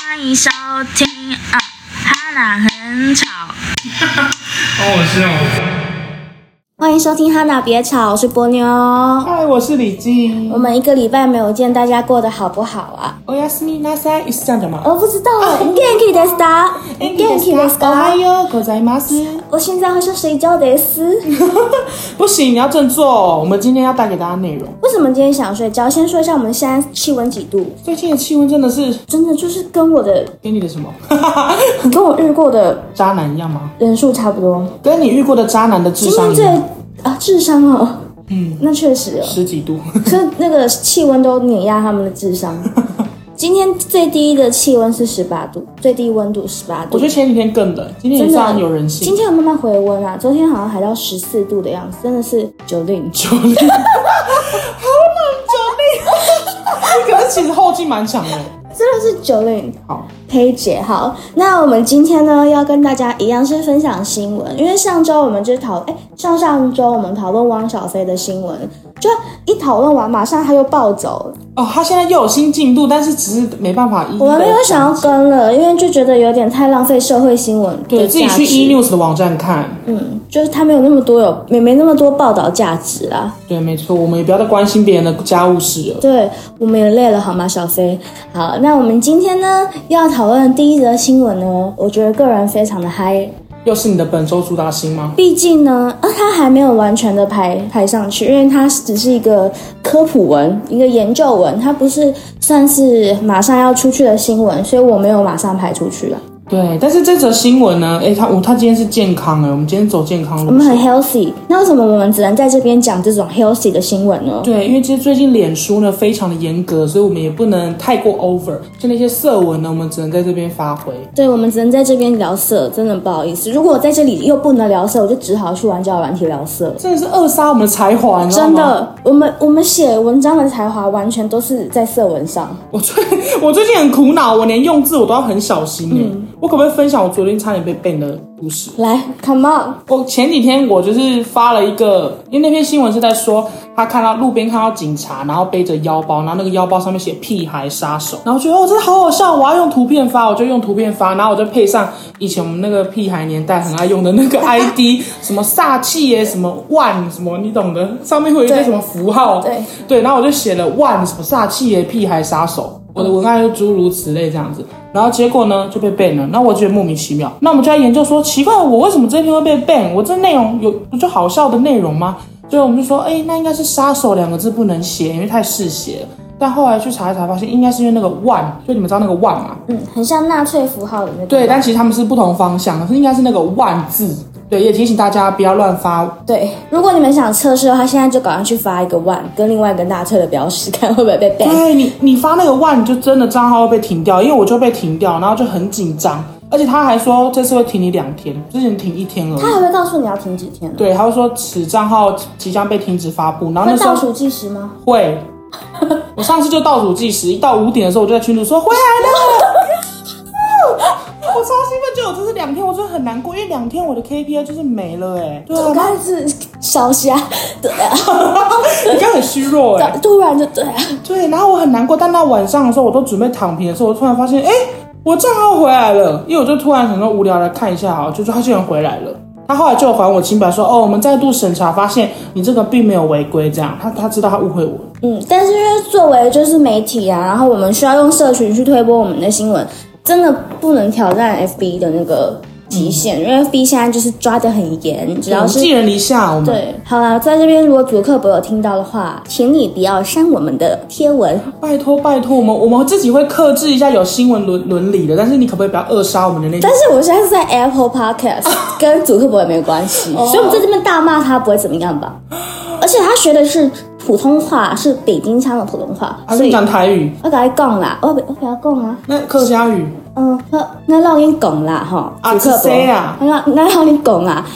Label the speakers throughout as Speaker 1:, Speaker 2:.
Speaker 1: 欢迎收听啊，哈娜很吵。
Speaker 2: 好我是哦。
Speaker 3: 欢迎收听《哈娜别吵》，我是波妞。
Speaker 4: 嗨，我是李
Speaker 3: 我
Speaker 4: 静。
Speaker 3: 们一个礼拜没有见，大家过得好不好啊？
Speaker 4: 欧亚斯密那塞，是这样讲吗？
Speaker 3: 哦我不知道，Genki d e s t a g e n k i d e s t
Speaker 4: おは
Speaker 3: a
Speaker 4: ようございます。
Speaker 3: 我现在好像睡觉的 是。
Speaker 4: 不行，你要振作。我们今天要带给大家内容。
Speaker 3: 为什么今天想睡觉？先说一下我们现在气温几度，
Speaker 4: 最近的气温真的是
Speaker 3: 真的就是跟我的，
Speaker 4: 跟你的什么
Speaker 3: 跟我遇过的
Speaker 4: 渣男一样吗？
Speaker 3: 人数差不多。
Speaker 4: 跟你遇过的渣男的智
Speaker 3: 今
Speaker 4: 商
Speaker 3: 天
Speaker 4: 一
Speaker 3: 最
Speaker 4: 样，
Speaker 3: 啊智商哦，嗯，那确实哦，
Speaker 4: 十几度。
Speaker 3: 所以那个气温都碾压他们的智 商。今天最低的气温是十八度，最低温度十八度
Speaker 4: 我觉。得前几天更冷，今天也
Speaker 3: 真
Speaker 4: 非
Speaker 3: 的
Speaker 4: 常有人性
Speaker 3: 今。天有慢慢回温啊，昨天好像还到十四度的样子，真的是九零九。
Speaker 4: 九零，好冷，九零。 可是其实后劲蛮强的。
Speaker 3: 真的是九零。
Speaker 4: 好，
Speaker 3: 佩姐好，那我们今天呢要跟大家一样是分享新闻，因为上周我们就讨，哎，上上周我们讨论汪小菲的新闻，就一讨论完马上他又暴走了，
Speaker 4: 哦，他现在又有新进度，但是只是没办法一一
Speaker 3: 我们没有
Speaker 4: 地
Speaker 3: 想要跟了，因为就觉得有点太浪费社会新闻
Speaker 4: 对
Speaker 3: 的
Speaker 4: 自己
Speaker 3: 价
Speaker 4: 去 E
Speaker 3: 值，
Speaker 4: News 的网站看。
Speaker 3: 嗯，就是他没有那么多有，也没那么多报道价值啦。
Speaker 4: 对，没错，我们也不要再关心别人的家务事了。
Speaker 3: 对我们也累了，好吗，小飞？好，那我们今天呢要讨论第一则新闻呢，我觉得个人非常的嗨，
Speaker 4: 又是你的本周主打星吗？
Speaker 3: 毕竟呢，啊，它还没有完全的排排上去，因为它只是一个科普文，一个研究文，它不是算是马上要出去的新闻，所以我没有马上排出去了。啊
Speaker 4: 对，但是这则新闻呢，诶，他我他今天是健康诶，我们今天走健康
Speaker 3: 我
Speaker 4: 路
Speaker 3: 们很
Speaker 4: 线。
Speaker 3: healthy，那为什么我们只能在这边讲这种 healthy 的新闻呢？
Speaker 4: 对，因为其实最近脸书呢非常的严格，所以我们也不能太过 over，就那些色文呢，我们只能在这边发挥。
Speaker 3: 对，我们只能在这边聊色，真的不好意思。如果我在这里又不能聊色，我就只好去玩交友软体聊色了。
Speaker 4: 真的是扼杀我们的才华，你知道
Speaker 3: 真
Speaker 4: 吗？，
Speaker 3: 的，我们我们写文章的才华完全都是在色文上。
Speaker 4: 我最 我最近很苦恼，我连用字我都要很小心诶。我可不可以分享我昨天差点被 ban 的故事？
Speaker 3: 来，come on，
Speaker 4: 我前几天我就是发了一个，因为那篇新闻是在说他看到路边看到警察，然后背着腰包，然后那个腰包上面写“屁孩杀手”，然后我觉得哦，真的好好笑，我要用图片发，我就用图片发，然后我就配上以前我们那个屁孩年代很爱用的那个 ID，什么煞气耶，什么万什么，你懂的，上面会有一些
Speaker 3: 对
Speaker 4: 什么符号，
Speaker 3: 对
Speaker 4: 对，然后我就写了万什么煞气耶，屁孩杀手。我的文案就诸如此类这样子，然后结果呢就被 ban 了，那我觉得莫名其妙。那我们就在研究说，奇怪，我为什么这篇会被 ban？我这内容有不就好笑的内容吗？所以我们就说，哎、那应该是杀手两个字不能写，因为太嗜血了。但后来去查一查，发现应该是因为那个万，就你们知道那个万嘛，
Speaker 3: 嗯，很像纳粹符号的那个。
Speaker 4: 对，但其实他们是不同方向，可是应该是那个万字。对，也提醒大家不要乱发
Speaker 3: 对，如果你们想测试的话，现在就赶快去发一个 one 跟另外一个纳粹的标识，看会不会被 ban。
Speaker 4: 对你，你发那个万，你就真的账号会被停掉，因为我就被停掉，然后就很紧张，而且他还说这次会停你两天，之前停一天而
Speaker 3: 他
Speaker 4: 已。
Speaker 3: 还会告诉你要停几天呢？
Speaker 4: 对，他就说此账号即将被停止发布，然后
Speaker 3: 会
Speaker 4: 那时
Speaker 3: 倒
Speaker 4: 候
Speaker 3: 数计时吗？
Speaker 4: 会， 我上次就倒数计时，一到五点的时候，我就在群组说回来了。 我超兴奋，就我这是两天，我真的很难过，因为两天我的 KPI 就是没了哎、对
Speaker 3: 我
Speaker 4: 啊，
Speaker 3: 刚才是烧瞎，对 啊，
Speaker 4: 你刚很虚 弱哎、
Speaker 3: 突然就对啊，
Speaker 4: 对，然后我很难过，但到晚上的时候，我都准备躺平的时候，我突然发现，哎，我账号回来了，因为我就突然想说无聊来看一下哈，就是他竟然回来了。他后来就有还我清白说，哦，我们再度审查发现你这个并没有违规，这样他他知道他误会我，
Speaker 3: 嗯，但是因为作为就是媒体啊，然后我们需要用社群去推播我们的新闻，真的不能挑战 FB 的那个极限，因为 FB 现在就是抓得很严，只
Speaker 4: 我
Speaker 3: 要
Speaker 4: 们
Speaker 3: 是
Speaker 4: 寄嗯人篱下，我们
Speaker 3: 对，好了，在这边如果主客博有听到的话，请你不要删我们的贴文，
Speaker 4: 拜托拜托，我们我们自己会克制一下有新闻伦伦理的，但是你可不可以不要扼杀我们的那
Speaker 3: 但
Speaker 4: 种？
Speaker 3: 是我现在是在 Apple Podcast，跟 主客博也没关系，
Speaker 4: 哦
Speaker 3: 所以我们在这边大骂他不会怎么样吧？而且他学的是普通话，是北京腔的普通话，所
Speaker 4: 还哦啊是你
Speaker 3: 以
Speaker 4: 讲台语？
Speaker 3: 我跟你讲啦，我不我不要讲啊。
Speaker 4: 那客家语？
Speaker 3: 嗯，那那让你讲啦吼，
Speaker 4: 啊
Speaker 3: 主客
Speaker 4: 是谁啊
Speaker 3: 那那让你讲啊 啦，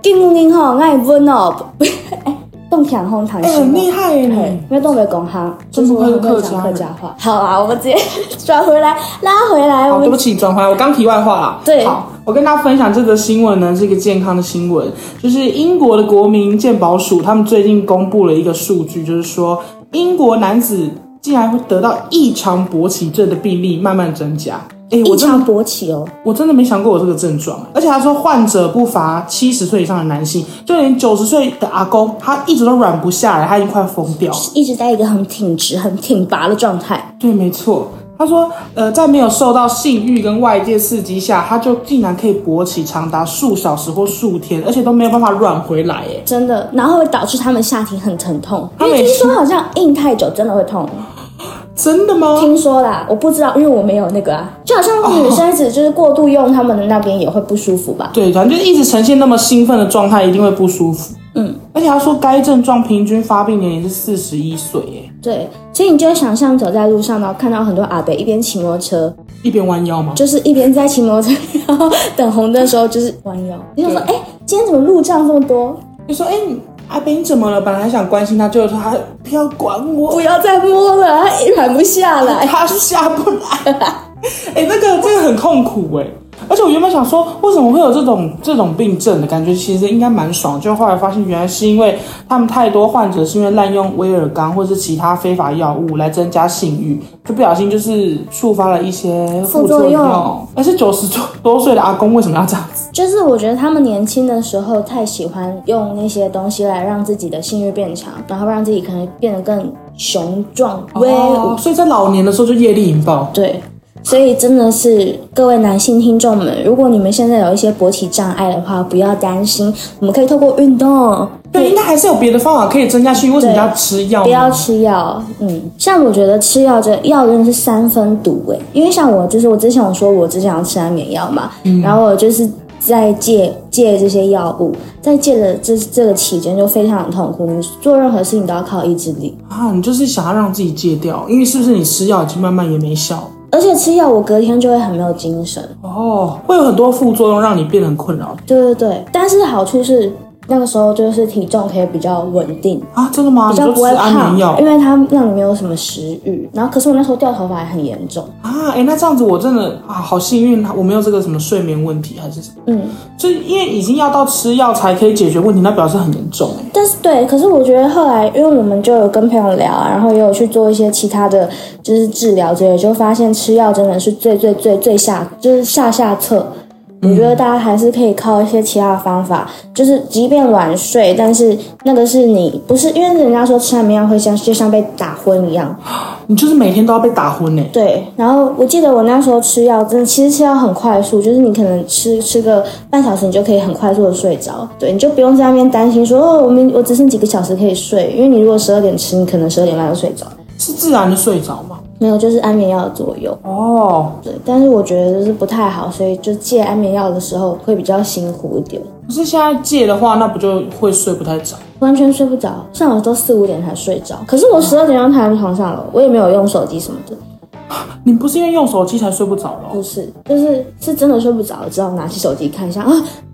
Speaker 3: 敬你吼，爱温哦， 哎，动强哄堂
Speaker 4: 哎、
Speaker 3: 心
Speaker 4: 很
Speaker 3: 哦。
Speaker 4: 厉害耶
Speaker 3: 对
Speaker 4: 你！，
Speaker 3: 因为东北讲哈，就
Speaker 4: 真
Speaker 3: 是
Speaker 4: 不
Speaker 3: 我
Speaker 4: 愧是
Speaker 3: 很会
Speaker 4: 客
Speaker 3: 讲
Speaker 4: 家
Speaker 3: 客
Speaker 4: 人
Speaker 3: 家话。好啊，我们直接 转回来，拉回来，哎我
Speaker 4: 好，对不
Speaker 3: 们
Speaker 4: 起，转回来，我刚题外话啦。
Speaker 3: 对
Speaker 4: 好，我跟大家分享这则新闻呢，是一个健康的新闻，就是英国的国民健保署，他们最近公布了一个数据，就是说英国男子竟然会得到异常勃起症的病例慢慢增加。哎，我
Speaker 3: 异
Speaker 4: 真的
Speaker 3: 常勃起哦。
Speaker 4: 我真的没想过有这个症状，啊而且他说患者不乏七十岁以上的男性，就连九十岁的阿公，他一直都软不下来，他已经快疯掉了。
Speaker 3: 一直在一个很挺直、很挺拔的状态。
Speaker 4: 对，没错。他说，呃，在没有受到性欲跟外界刺激下，他就竟然可以勃起长达数小时或数天，而且都没有办法软回来。哎，
Speaker 3: 真的，然后会导致他们下体很疼痛，
Speaker 4: 他
Speaker 3: 因
Speaker 4: 每
Speaker 3: 为听
Speaker 4: 次
Speaker 3: 说好像硬太久真的会痛，
Speaker 4: 哦真的吗？
Speaker 3: 听说啦，我不知道，因为我没有那个啊，就好
Speaker 4: 哦
Speaker 3: 像女生子就是过度用他们的那边也会不舒服吧，
Speaker 4: 对，反正就一直呈现那么兴奋的状态，一定会不舒服。
Speaker 3: 嗯，
Speaker 4: 而且他说，该症状平均发病年龄是四十一岁，哎，
Speaker 3: 对，所以你就会想象走在路上，然后看到很多阿伯一边骑摩托车，
Speaker 4: 一边弯腰吗？
Speaker 3: 就是一边在骑摩托车， 然后等红灯的时候就是弯腰，你想说，哎、今天怎么路障这么多？
Speaker 4: 就说，哎、你阿北你怎么了？本来想关心他，就是说他不要管我，
Speaker 3: 不要再摸了，它软不下来。
Speaker 4: 他下不来。 哎、那个这个很痛苦哎、而且我原本想说，为什么会有这种这种病症的感觉？其实应该蛮爽，就后来发现原来是因为他们太多患者是因为滥用威尔刚或是其他非法药物来增加性欲，就不小心就是触发了一些
Speaker 3: 副
Speaker 4: 副作
Speaker 3: 作用
Speaker 4: 用。而且九十多岁的阿公为什么要这样子？
Speaker 3: 就是我觉得他们年轻的时候太喜欢用那些东西来让自己的性欲变强，然后让自己可能变得更雄壮威武。
Speaker 4: 哦所以在老年的时候就业力引爆。
Speaker 3: 对，所以真的是各位男性听众们，如果你们现在有一些勃起障碍的话，不要担心，我们可以透过运动，
Speaker 4: 对，应该还是有别的方法可以增加性欲，为什么
Speaker 3: 对
Speaker 4: 要吃药呢？
Speaker 3: 不要吃药。嗯，像我觉得吃药这药真的是三分毒诶、因为像我就是我之前有说我之前有吃安眠药嘛，
Speaker 4: 嗯
Speaker 3: 然后我就是在戒戒这些药物，在戒的这这个期间就非常的痛苦，你做任何事情都要靠意志力。
Speaker 4: 啊，你就是想要让自己戒掉，因为是不是你吃药已经慢慢也没效
Speaker 3: 而且吃药，我隔天就会很没有精神。
Speaker 4: 哦，会有很多副作用让你变得很困扰
Speaker 3: 对对对，但是好处是那个时候就是体重可以比较稳定，
Speaker 4: 啊？真的吗？
Speaker 3: 比
Speaker 4: 你
Speaker 3: 较
Speaker 4: 就
Speaker 3: 不
Speaker 4: 吃
Speaker 3: 会
Speaker 4: 安
Speaker 3: 胖
Speaker 4: 眠药，
Speaker 3: 因为它让你没有什么食欲。然后，可是我那时候掉头发还很严重，
Speaker 4: 啊？哎、那这样子我真的啊，好幸运，我没有这个什么睡眠问题还是什么，
Speaker 3: 嗯，
Speaker 4: 就是因为已经要到吃药才可以解决问题，那表示很严重哎、
Speaker 3: 但是对，可是我觉得后来，因为我们就有跟朋友聊啊，然后也有去做一些其他的，就是治疗之类的，就发现吃药真的是最最最最下，就是下下策。我觉得大家还是可以靠一些其他的方法，就是即便晚睡，但是那个是你不是因为人家说吃安眠药会像就像被打昏一样，
Speaker 4: 你就是每天都要被打昏哎、
Speaker 3: 对，然后我记得我那时候吃药，真的其实吃药很快速，就是你可能吃吃个半小时，你就可以很快速的睡着，对，你就不用在那边担心说哦，我明我只剩几个小时可以睡，因为你如果十二点吃，你可能十二点半就睡着，
Speaker 4: 是自然的睡着吗？
Speaker 3: 没有，就是安眠药的作用，
Speaker 4: 哦，
Speaker 3: 对，但是我觉得就是不太好，所以就戒安眠药的时候会比较辛苦一点，
Speaker 4: 可是现在戒的话，那不就会睡不太着？
Speaker 3: 完全睡不着，像我都四五点才睡着，可是我十二点就躺在床上了，我也没有用手机什么的，
Speaker 4: 你不是因为用手机才睡不着了哦？
Speaker 3: 不是，就是是真的睡不着，只好拿起手机看一下啊，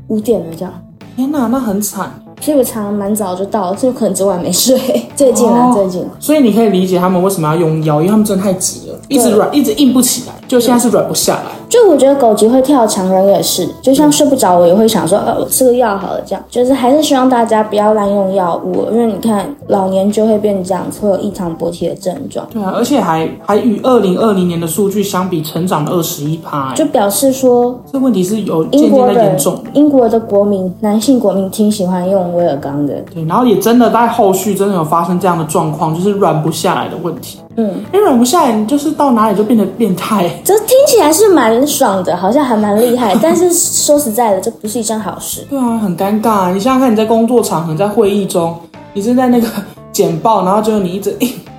Speaker 3: 五点了这样。
Speaker 4: 天哪，那很惨。
Speaker 3: 所以我常常蛮早就到，所以可能昨晚没睡。 最近啊，
Speaker 4: 哦
Speaker 3: 最近
Speaker 4: 所以你可以理解他们为什么要用腰，因为他们真的太急了，一直软，一直硬不起来，就现在是软不下来。
Speaker 3: 就我觉得狗急会跳墙，人也是，就像睡不着，我也会想说，呃、我吃个药好了，这样就是还是希望大家不要滥用药物，因为你看老年就会变这样，会有异常勃起的症状，
Speaker 4: 对啊，而且还还与二零二零年的数据相比，成长了二十一趴。
Speaker 3: 就
Speaker 4: 欸
Speaker 3: 表示说
Speaker 4: 这问题是有
Speaker 3: 英
Speaker 4: 渐渐
Speaker 3: 国
Speaker 4: 在
Speaker 3: 人
Speaker 4: 严重的。
Speaker 3: 英国的国民男性国民挺喜欢用威尔刚的，
Speaker 4: 对，然后也真的在后续真的有发生这样的状况，就是软不下来的问题。
Speaker 3: 嗯，
Speaker 4: 因为软不下来，你就是到哪里就变得变态。
Speaker 3: 这听起来是蛮爽的，好像还蛮厉害，但是说实在的，这不是一件好事。
Speaker 4: 对啊，很尴尬、你想想看，你在工作场合，你在会议中，你是在那个简报，然后结果你一直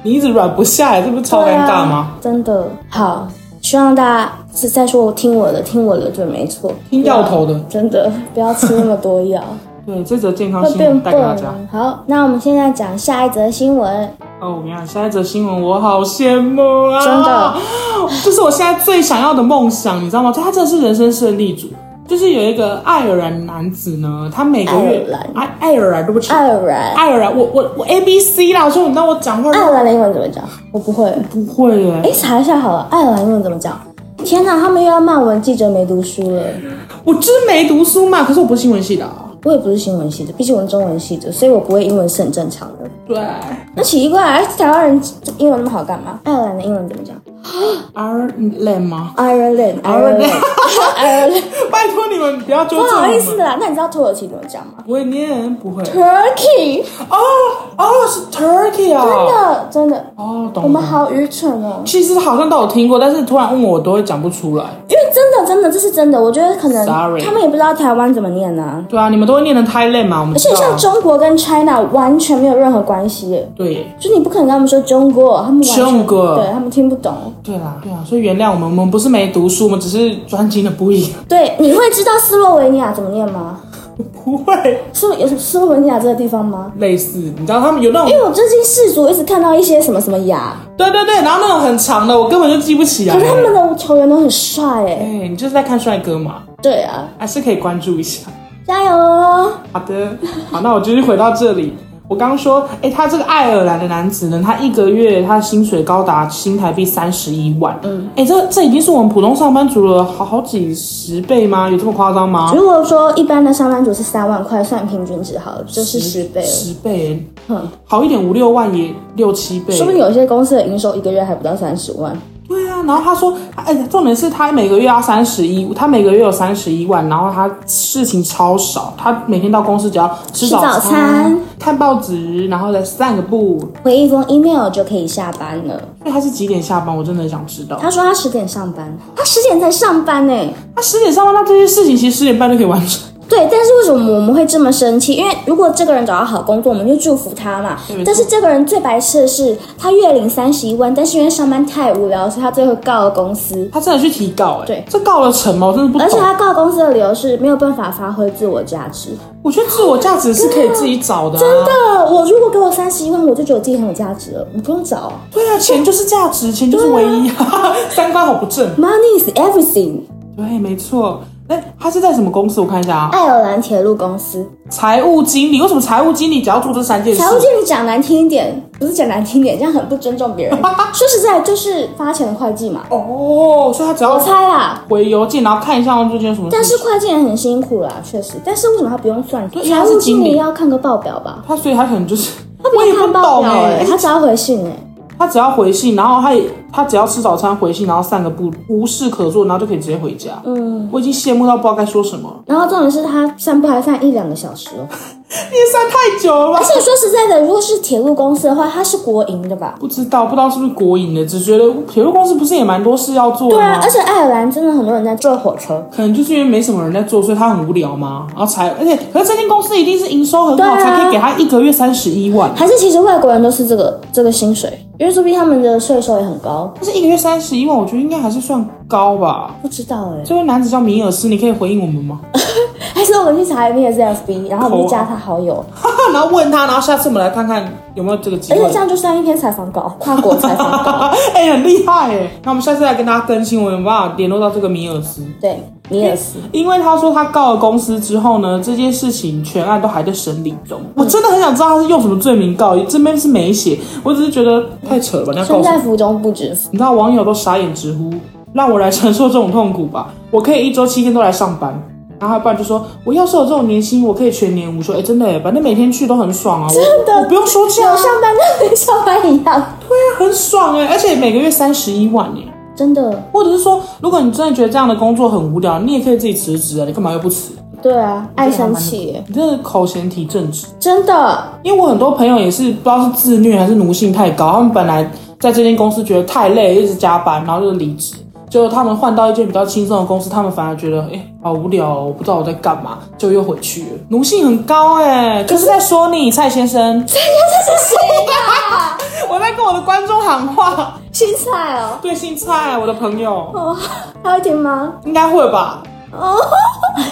Speaker 4: 你一直软不下来，这不是超尴
Speaker 3: 对
Speaker 4: 尬吗？
Speaker 3: 啊？真的好，希望大家是在说我听我的，听我的准没错。
Speaker 4: 听掉头的。
Speaker 3: 真的不要吃那么多 药，
Speaker 4: 对，这则健康
Speaker 3: 会
Speaker 4: 新
Speaker 3: 变
Speaker 4: 闻带
Speaker 3: 笨
Speaker 4: 给大家。
Speaker 3: 哦。好，那我们现在讲下一则新闻。
Speaker 4: 哦，我跟你讲，下一则新闻我好羡慕啊！
Speaker 3: 真的，
Speaker 4: 这是我现在最想要的梦想，你知道吗？他真的是人生胜利组，就是有一个爱尔兰男子呢，他每个月
Speaker 3: 爱尔兰
Speaker 4: 爱爱尔兰，对不起，
Speaker 3: 爱尔兰，
Speaker 4: 爱尔兰，我我我 A B C 啦，我说你让我讲话
Speaker 3: 爱尔兰的英文怎么讲？我不会。
Speaker 4: 不会耶、
Speaker 3: 哎，查一下好了，爱尔兰英文怎么讲？天哪，他们又要骂我们记者没读书了。
Speaker 4: 我就是没读书嘛，可是我不是新闻系的、啊，
Speaker 3: 我也不是新闻系的，毕竟我是中文系的，所以我不会英文是很正常的。
Speaker 4: 对，啊
Speaker 3: 那奇怪，台湾人英文那么好干嘛？爱尔兰的英文怎么讲？
Speaker 4: Ireland 吗？
Speaker 3: Ireland，Ireland，Ireland。Ireland
Speaker 4: 拜托你们不要纠
Speaker 3: 不
Speaker 4: 正我
Speaker 3: 好
Speaker 4: 们
Speaker 3: 意思，啦，那你知道土耳其怎么讲吗
Speaker 4: 不会念，不会。
Speaker 3: ？Turkey，
Speaker 4: 哦哦，是 Turkey 啊，
Speaker 3: 真的真的，
Speaker 4: 哦，懂了。
Speaker 3: 我们好愚蠢哦。
Speaker 4: 其实好像都有听过，但是突然问我，我都会讲不出来。
Speaker 3: 因为真的真的这是真的，我觉得可能
Speaker 4: Sorry
Speaker 3: 他们也不知道台湾怎么念啊。
Speaker 4: 对啊，你们都会念的 Thailand 嘛，我们
Speaker 3: 而
Speaker 4: 知
Speaker 3: 且
Speaker 4: 道
Speaker 3: 像
Speaker 4: 啊。
Speaker 3: 中国跟 China 完全没有任何关系耶，
Speaker 4: 对耶
Speaker 3: 就你不可能跟他们说中国，他们完全
Speaker 4: 中国
Speaker 3: 对他们听不懂。
Speaker 4: 对啦，对啊，所以原谅我们，我们不是没读书，我们只是专精的不一样。
Speaker 3: 对，你会知道斯洛维尼亚怎么念吗？
Speaker 4: 不会，
Speaker 3: 是有斯洛文尼亚这个地方吗？
Speaker 4: 类似，你知道他们有那种
Speaker 3: 因，为我最近世足一直看到一些什么什么亚，
Speaker 4: 对对对，然后那种很长的，我根本就记不起来。
Speaker 3: 可是他们的球员都很帅
Speaker 4: 哎、
Speaker 3: 哎。
Speaker 4: 你就是在看帅哥嘛，
Speaker 3: 对啊，
Speaker 4: 还是可以关注一下。
Speaker 3: 加油哦！
Speaker 4: 好的，好，那我继续回到这里。我刚刚说，哎、他这个爱尔兰的男子呢，他一个月他的薪水高达新台币三十一万，嗯，哎、这这已经是我们普通上班族的好好几十倍吗？有这么夸张吗？
Speaker 3: 如果说一般的上班族是三万块，算平均值好了，就是十倍了。
Speaker 4: 十倍，
Speaker 3: 嗯，
Speaker 4: 好一点五六万也六七倍，
Speaker 3: 说不定有些公司的营收一个月还不到三十万。
Speaker 4: 对啊，然后他说，哎，重点是他每个月要三十一，他每个月有三十一万，然后他事情超少，他每天到公司只要吃
Speaker 3: 吃早
Speaker 4: 餐、
Speaker 3: 餐
Speaker 4: 看报纸，然后再散个步。
Speaker 3: 回一封 email 就可以下班了。
Speaker 4: 所以他是几点下班？我真的很想知道。
Speaker 3: 他说他十点上班，他十点才上班呢、
Speaker 4: 他十点上班，那这些事情其实十点半就可以完成。
Speaker 3: 对，但是为什么我们会这么生气？因为如果这个人找到好工作，我们就祝福他嘛。但是这个人最白痴的是，他月领三十一万，但是因为上班太无聊，所以他最后告了公司。
Speaker 4: 他真的去提告、哎，
Speaker 3: 对
Speaker 4: 这告了什么？我真的不
Speaker 3: 而且
Speaker 4: 懂。
Speaker 3: 他告公司的理由是没有办法发挥自我价值。
Speaker 4: 我觉得自我价值是可以自己找 的、啊，
Speaker 3: 真。的，我如果给我三十一万，我就觉得我自己很有价值了，我不用找。
Speaker 4: 对啊，钱就是价值，钱就是唯一。哈哈，
Speaker 3: 啊
Speaker 4: 三观好不正。
Speaker 3: Money is everything。
Speaker 4: 对，没错。哎，他是在什么公司？我看一下啊，
Speaker 3: 爱尔兰铁路公司
Speaker 4: 财务经理。为什么财务经理只要做这三件事？
Speaker 3: 财务经理讲难听一点，不是讲难听一点，这样很不尊重别人。 说实在，就是发钱的会计嘛，
Speaker 4: 哦，所以他只
Speaker 3: 我
Speaker 4: 要
Speaker 3: 猜啦。
Speaker 4: 回邮件，然后看一下最近有什么事情。
Speaker 3: 但是会计人很辛苦啦，确实。但是为什么他不用算？
Speaker 4: 因为他
Speaker 3: 财
Speaker 4: 是
Speaker 3: 务
Speaker 4: 经
Speaker 3: 经
Speaker 4: 理
Speaker 3: 理要看个报表吧？
Speaker 4: 他，所以他可能就是
Speaker 3: 他
Speaker 4: 我也
Speaker 3: 用
Speaker 4: 不
Speaker 3: 看报
Speaker 4: 懂
Speaker 3: 表
Speaker 4: 哎、
Speaker 3: 哎、他只要回信哎、
Speaker 4: 他只要回信，然后他也他只要吃早餐回信，然后散个步，无事可做，然后就可以直接回家。嗯，我已经羡慕到不知道该说什么了。
Speaker 3: 然后重点是他散步还散一两个小时哦。
Speaker 4: 你也散太久了吧
Speaker 3: 而？且说实在的，如果是铁路公司的话，它是国营的吧？
Speaker 4: 不知道，不知道是不是国营的，只觉得铁路公司不是也蛮多事要做的
Speaker 3: 对
Speaker 4: 吗？
Speaker 3: 啊，而且爱尔兰真的很多人在坐火车。
Speaker 4: 可能就是因为没什么人在做，所以他很无聊嘛，然后才而且可是这间公司一定是营收很
Speaker 3: 对
Speaker 4: 好，
Speaker 3: 啊
Speaker 4: 才可以给他一个月三十一万。
Speaker 3: 还是其实外国人都是这个这个薪水，因为说不定他们的税收也很高，
Speaker 4: 但是一个月三十一万，我觉得应该还是算高吧。
Speaker 3: 不知道哎、
Speaker 4: 这位男子叫米尔斯，你可以回应我们吗？
Speaker 3: 还是我们去查一遍 ZFB，然后我们
Speaker 4: 口
Speaker 3: 就加
Speaker 4: 红
Speaker 3: 他好友，
Speaker 4: 然后问他，然后下次我们来看看有没有这个机
Speaker 3: 而
Speaker 4: 会。
Speaker 3: 且这样就算一篇采访稿，跨国采访稿。
Speaker 4: 哎、很厉害哎！那我们下次来跟大家更新，我们有办法联络到这个米尔斯，
Speaker 3: 对，米尔斯，
Speaker 4: 因为他说他告了公司之后呢，这件事情全案都还在审理中。我真的很想知道他是用什么罪名告，这边是没写，我只是觉得太扯了吧，人家告
Speaker 3: 身
Speaker 4: 什
Speaker 3: 在
Speaker 4: 么？
Speaker 3: 福中不知福。
Speaker 4: 你知道网友都傻眼直呼，让我来承受这种痛苦吧，我可以一周七天都来上班。然后还不然就说，我要是有这种年薪，我可以全年无休。哎，真的哎，反正每天去都很爽啊，我
Speaker 3: 真的
Speaker 4: 我不用休
Speaker 3: 有
Speaker 4: 假啊，
Speaker 3: 上班跟没上班一样，
Speaker 4: 很爽哎，而且每个月三十一万哎。
Speaker 3: 真的。
Speaker 4: 或者是说，如果你真的觉得这样的工作很无聊，你也可以自己辞职啊，你干嘛又不辞？
Speaker 3: 对啊，爱生气耶，
Speaker 4: 你真的口嫌体正直。啊
Speaker 3: 真的。
Speaker 4: 因为我很多朋友也是不知道是自虐还是奴性太高，他们本来在这间公司觉得太累，一直加班，然后就离职。结果他们换到一间比较轻松的公司，他们反而觉得，哎、好无聊、哦，我不知道我在干嘛，就又回去了。奴性很高、哎，就是在说你，蔡先生。 蔡先 生是谁呀、我在跟我的观众喊话，
Speaker 3: 新菜哦，
Speaker 4: 对，姓蔡，啊我的朋友，
Speaker 3: 哦，他会听吗？
Speaker 4: 应该会吧？
Speaker 3: 哦，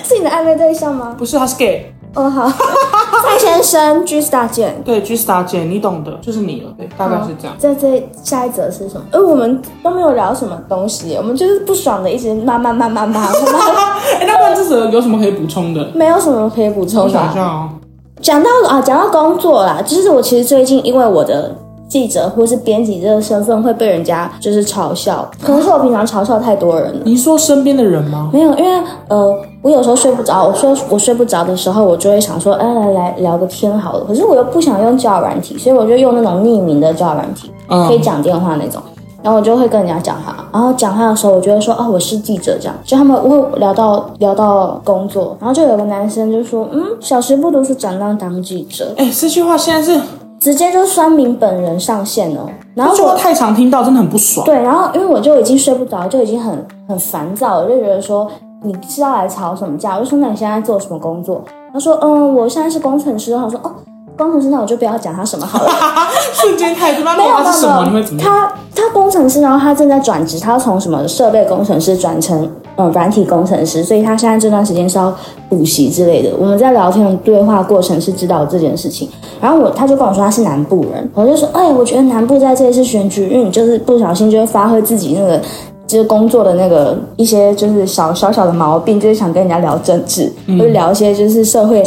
Speaker 3: 是你的暧昧对象吗？
Speaker 4: 不是，他是 gay。
Speaker 3: 哦， 好，蔡先生，G Star 见。
Speaker 4: 对，G Star 姐，你懂的，就是你了，对，大概是这样。
Speaker 3: 在这下一则是什么？哎，我们都没有聊什么东西，我们就是不爽的，一直骂骂骂骂骂骂骂，
Speaker 4: 哎、那不然这则有什么可以补充的？
Speaker 3: 没有什么可以补
Speaker 4: 我
Speaker 3: 充的
Speaker 4: 想一下
Speaker 3: 啊。
Speaker 4: 哦。
Speaker 3: 讲到啊，讲到工作啦，就是我其实最近因为我的记者或是编辑这个身份会被人家就是嘲笑，可能是我平常嘲笑太多人了。
Speaker 4: 你说身边的人吗？
Speaker 3: 没有，因为呃，我有时候睡不着，我说我睡不着的时候，我就会想说，哎，来来聊个天好了。可是我又不想用交友软体，所以我就用那种匿名的交友软体，
Speaker 4: 嗯
Speaker 3: 可以讲电话那种。然后我就会跟人家讲他，然后讲他的时候，我就会说哦，我是记者这样，就他们会聊到聊到工作，然后就有个男生就说，嗯，小时不读书，长大当记者，
Speaker 4: 哎、这句话现在是
Speaker 3: 直接就酸民本人上线哦。然
Speaker 4: 这
Speaker 3: 后
Speaker 4: 句
Speaker 3: 我
Speaker 4: 话太常听到，真的很不爽。
Speaker 3: 对，然后因为我就已经睡不着，就已经很很烦躁，我就觉得说你是要来吵什么架？我就说那你现在做什么工作？他说嗯，我现在是工程师。然后我说哦，工程师，那我就不要讲他什么好了。
Speaker 4: 瞬间态度，那
Speaker 3: 没有
Speaker 4: 那他是什么？你
Speaker 3: 没有
Speaker 4: 会怎么样？
Speaker 3: 他他工程师，然后他正在转职，他要从什么设备工程师转成呃软体工程师，所以他现在这段时间是要补习之类的。我们在聊天的对话过程是知道这件事情，然后我他就跟我说他是南部人，我就说哎，我觉得南部在这一次选举，因为你就是不小心就会发挥自己那个。就是工作的那个一些就是小小小的毛病，就是想跟人家聊政治，或者聊一些就是社会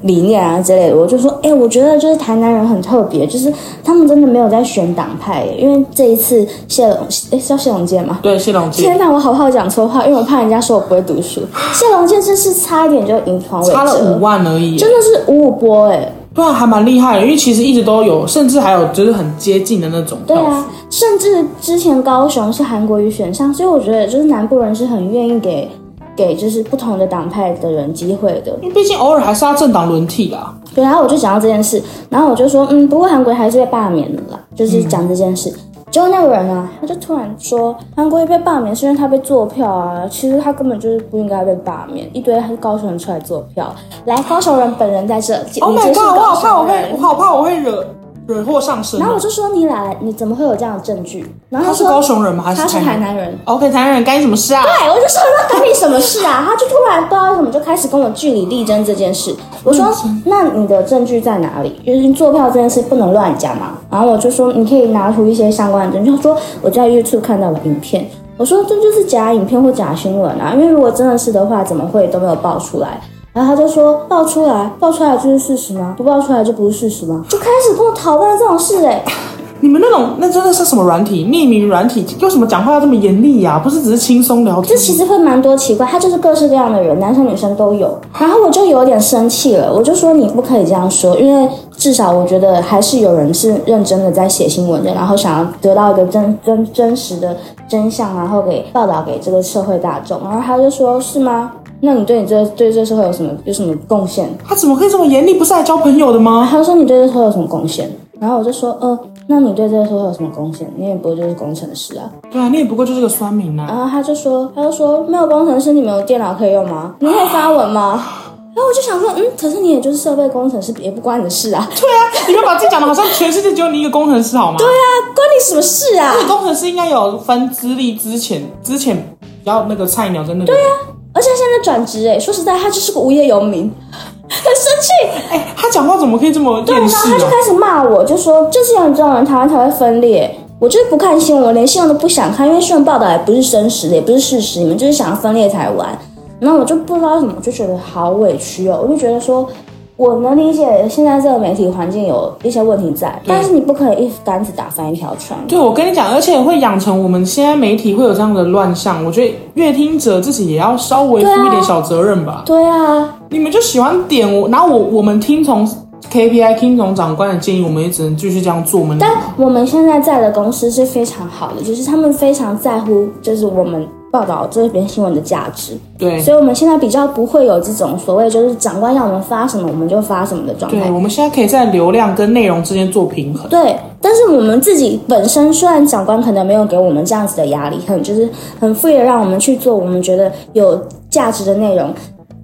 Speaker 3: 理念啊之类的。我就说，哎、我觉得就是台南人很特别，就是他们真的没有在选党派耶，因为这一次谢龙，哎、是叫谢龙介吗？
Speaker 4: 对，谢龙介
Speaker 3: 天哪，我好好讲错话，因为我怕人家说我不会读书。谢龙介真是差一点就赢黄伟哲，
Speaker 4: 差了五万而已，
Speaker 3: 真的是五五波哎、
Speaker 4: 对啊，还蛮厉害的，因为其实一直都有，甚至还有就是很接近的那种
Speaker 3: 对
Speaker 4: 票数
Speaker 3: 啊，甚至之前高雄是韩国瑜选上，所以我觉得就是南部人是很愿意给给就是不同的党派的人机会的。
Speaker 4: 因为毕竟偶尔还是要政党轮替啦。
Speaker 3: 对，然后我就讲到这件事，然后我就说，嗯，不过韩国瑜还是被罢免了啦，就是讲这件事。结果那个人啊，他就突然说，韩国瑜被罢免是因为他被做票啊，其实他根本就是不应该被罢免，一堆高雄人出来做票，来，高雄人本人在这里，
Speaker 4: Oh
Speaker 3: 你真
Speaker 4: my
Speaker 3: 是
Speaker 4: god！我
Speaker 3: 高
Speaker 4: 好怕
Speaker 3: 雄
Speaker 4: 我会，我
Speaker 3: 人。
Speaker 4: 好怕我会惹惹祸上身哦。
Speaker 3: 然后我就说你哪来？你怎么会有这样的证据？然后
Speaker 4: 他是
Speaker 3: 说
Speaker 4: 高雄人吗？还
Speaker 3: 他是台
Speaker 4: 台
Speaker 3: 南人。
Speaker 4: ？OK，台南人干你什么事啊？
Speaker 3: 对，我就说那关你什么事啊？他就突然不知道为什么就开始跟我据理力争这件事。我说，那你的证据在哪里？就是你做票这件事不能乱讲嘛。然后我就说，你可以拿出一些相关的证据。他说我在 YouTube 看到了影片。我说这就是假影片或假新闻啊，因为如果真的是的话，怎么会都没有爆出来？然后他就说爆出来，爆出来就是事实吗？不爆出来就不是事实吗？就开始跟我讨论这种事哎、
Speaker 4: 你们那种那真的是什么软体？匿名软体，为什么讲话要这么严厉呀、不是只是轻松聊天
Speaker 3: 这？其实会蛮多奇怪，他就是各式各样的人，男生女生都有。然后我就有点生气了，我就说你不可以这样说，因为至少我觉得还是有人是认真的在写新闻的，然后想要得到一个真真真实的真相，然后给报道给这个社会大众。然后他就说：“是吗？那你对你这对这社会有什么有什么贡献？”
Speaker 4: 他怎么可以这么严厉？不是来交朋友的吗？
Speaker 3: 他说你对这社会有什么贡献？然后我就说：“呃，那你对这个社会有什么贡献？你也不会就是工程师啊。”
Speaker 4: 对啊，你也不过就是个酸民啊。
Speaker 3: 然后他就说，他就说没有工程师，你们有电脑可以用吗？你可以发文吗？然后我就想说，嗯，可是你也就是设备工程师，也不关你的事啊，
Speaker 4: 对啊，你不要把自己讲的好像全世界只有你一个工程师好吗？对啊，
Speaker 3: 关你什么事啊？
Speaker 4: 工程师应该有分资历、之前之前比较那个菜鸟跟那个。对啊，
Speaker 3: 而且他现在转职哎，说实在，他就是个无业游民，很生气。
Speaker 4: 哎、他讲话怎么可以这么
Speaker 3: 对，
Speaker 4: 厌
Speaker 3: 然后
Speaker 4: 世
Speaker 3: 他就
Speaker 4: 啊？
Speaker 3: 开始骂我，就说就是有你这种人，台湾才会分裂。我就是不看新闻，我连新闻都不想看，因为新闻报道也不是真实的，也不是事实，你们就是想要分裂才玩。然后我就不知道为什么，我就觉得好委屈哦，我就觉得说，我能理解现在这个媒体环境有一些问题在，但是你不可以一竿子打翻一条船。
Speaker 4: 对，我跟你讲，而且会养成我们现在媒体会有这样的乱象。我觉得乐听者自己也要稍微负一点小责任吧。
Speaker 3: 对啊，
Speaker 4: 你们就喜欢点我，然后我我们听从 KPI 听从长官的建议，我们也只能继续这样做。我们
Speaker 3: 但我们现在在的公司是非常好的，就是他们非常在乎，就是我们报道这篇新闻的价值。
Speaker 4: 对
Speaker 3: 所以我们现在比较不会有这种所谓就是长官要我们发什么我们就发什么的状
Speaker 4: 对，
Speaker 3: 态。
Speaker 4: 我们现在可以在流量跟内容之间做平衡。
Speaker 3: 对，但是我们自己本身虽然长官可能没有给我们这样子的压力，很就是很 free 的让我们去做我们觉得有价值的内容，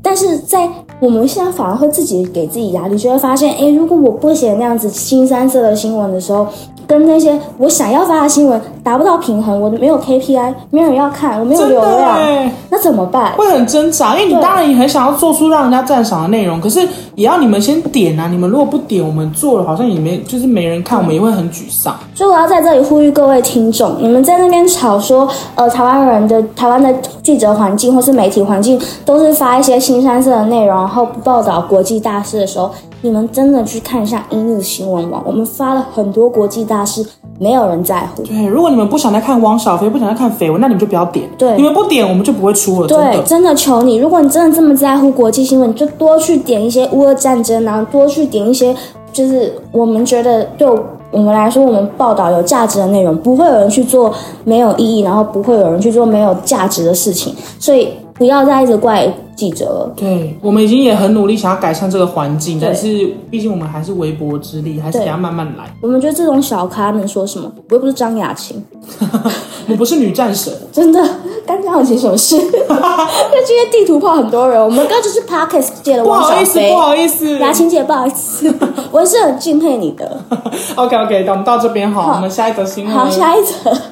Speaker 3: 但是在我们现在反而会自己给自己压力，就会发现，诶，如果我不写那样子新三色的新闻的时候，跟那些我想要发的新闻达不到平衡，我没有 KPI，没有人要看，我没有
Speaker 4: 真
Speaker 3: 流
Speaker 4: 的
Speaker 3: 量，
Speaker 4: 哎，
Speaker 3: 那怎么办？
Speaker 4: 会很挣扎，因为你
Speaker 3: 对
Speaker 4: 当然也很想要做出让人家赞赏的内容，可是也要你们先点啊。你们如果不点，我们做了好像也没就是没人看，我们也会很沮丧。
Speaker 3: 所以我要在这里呼吁各位听众，你们在那边吵说，呃，台湾人的台湾的记者环境或是媒体环境都是发一些新三色的内容，然后不报道国际大事的时候，你们真的去看一下英语新闻网，我们发了很多国际大事，没有人在乎。
Speaker 4: 对，如果你们不想再看汪小菲，不想再看绯闻，那你们就不要点。
Speaker 3: 对
Speaker 4: 你们不点，我们就不会出了。真
Speaker 3: 对，
Speaker 4: 的，
Speaker 3: 真的求你，如果你真的这么在乎国际新闻，你就多去点一些乌俄战争啊，多去点一些就是我们觉得对我们来说，我们报道有价值的内容，不会有人去做没有意义，然后不会有人去做没有价值的事情，所以不要再一直怪记者了。
Speaker 4: 对，我们已经也很努力想要改善这个环境，
Speaker 3: 对
Speaker 4: 但是毕竟我们还是微薄之力，还是得要慢慢来。
Speaker 3: 我们觉得这种小咖能说什么？我又不是张雅琴，
Speaker 4: 我不是女战 神，
Speaker 3: 真的干张雅琴什么事？那今天地图炮很多人，我们刚就是 podcast 界的
Speaker 4: 不
Speaker 3: 汪
Speaker 4: 好
Speaker 3: 小
Speaker 4: 意思，
Speaker 3: 菲
Speaker 4: 不。好意思。
Speaker 3: 雅琴姐，不好意思，我是很敬佩你的。
Speaker 4: OK OK，那我们到这边好，
Speaker 3: 好
Speaker 4: 我们下一则新闻。
Speaker 3: 好，下一则。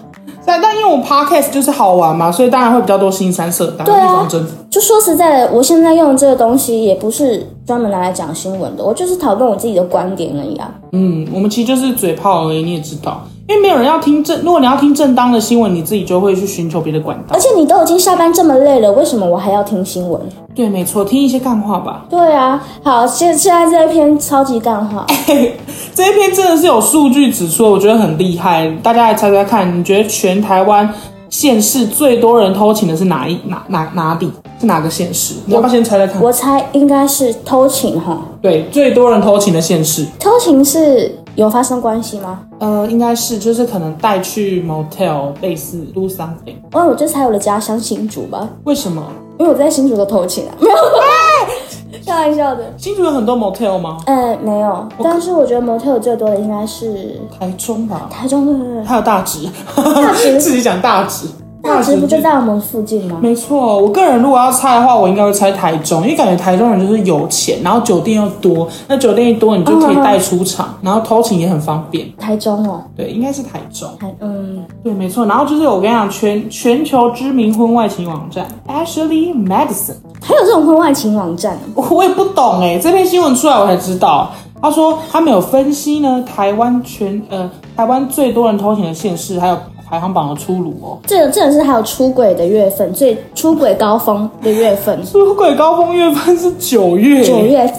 Speaker 4: 但但因为我 Podcast 就是好玩嘛，所以当然会比较多新三色，当
Speaker 3: 对
Speaker 4: 然
Speaker 3: 啊
Speaker 4: 地方政府。
Speaker 3: 就说实在的，我现在用这个东西也不是专门拿来讲新闻的，我就是讨论我自己的观点而已啊。
Speaker 4: 嗯，我们其实就是嘴炮而已，你也知道，因为没有人要听正，如果你要听正当的新闻，你自己就会去寻求别的管道
Speaker 3: 而。且你都已经下班这么累了，为什么我还要听新闻？
Speaker 4: 对，没错，听一些干话吧。
Speaker 3: 对啊，好，现现在这一篇超级干话，
Speaker 4: 这一篇真的是有数据指出，我觉得很厉害，大家来猜猜看，你觉得全台湾县市最多人偷情的是哪一哪哪哪里？是哪个县市？你要不要先猜猜看？
Speaker 3: 我猜应该是偷情哈。
Speaker 4: 对，最多人偷情的县市，
Speaker 3: 偷情是有发生关系吗？
Speaker 4: 呃，应该是就是可能带去 motel 类似 do something。
Speaker 3: 哦，我就猜我的家乡新竹吧，
Speaker 4: 为什么？
Speaker 3: 因为我在新竹都偷情啊，没有， 开玩笑的。
Speaker 4: 新竹有很多 motel 吗？
Speaker 3: 呃，没有，但是我觉得模特有最多的应该是
Speaker 4: 台中吧，
Speaker 3: 台中，对对对，
Speaker 4: 还有大直，
Speaker 3: 直
Speaker 4: 自己讲大直，
Speaker 3: 大直不
Speaker 4: 就
Speaker 3: 就在我们附近吗？
Speaker 4: 没错，我个人如果要猜的话，我应该会猜台中，因为感觉台中人就是有钱，然后酒店又多，那酒店一多，你就可以带出场，
Speaker 3: 啊
Speaker 4: 然后偷情也很方便。
Speaker 3: 台中哦，
Speaker 4: 对，应该是台中。
Speaker 3: 台嗯，
Speaker 4: 对，没错。然后就是我跟你讲，全全球知名婚外情网站 Ashley Madison，
Speaker 3: 还有这种婚外情网站哦，
Speaker 4: 我也不懂哎、这篇新闻出来我才知道。他说他们有分析呢，台湾全呃台湾最多人偷情的县市，还有排行榜的出炉哦。。
Speaker 3: 这这也是还有出轨的月份，最出轨高峰的月份
Speaker 4: 出轨高峰月份是九月，
Speaker 3: 九月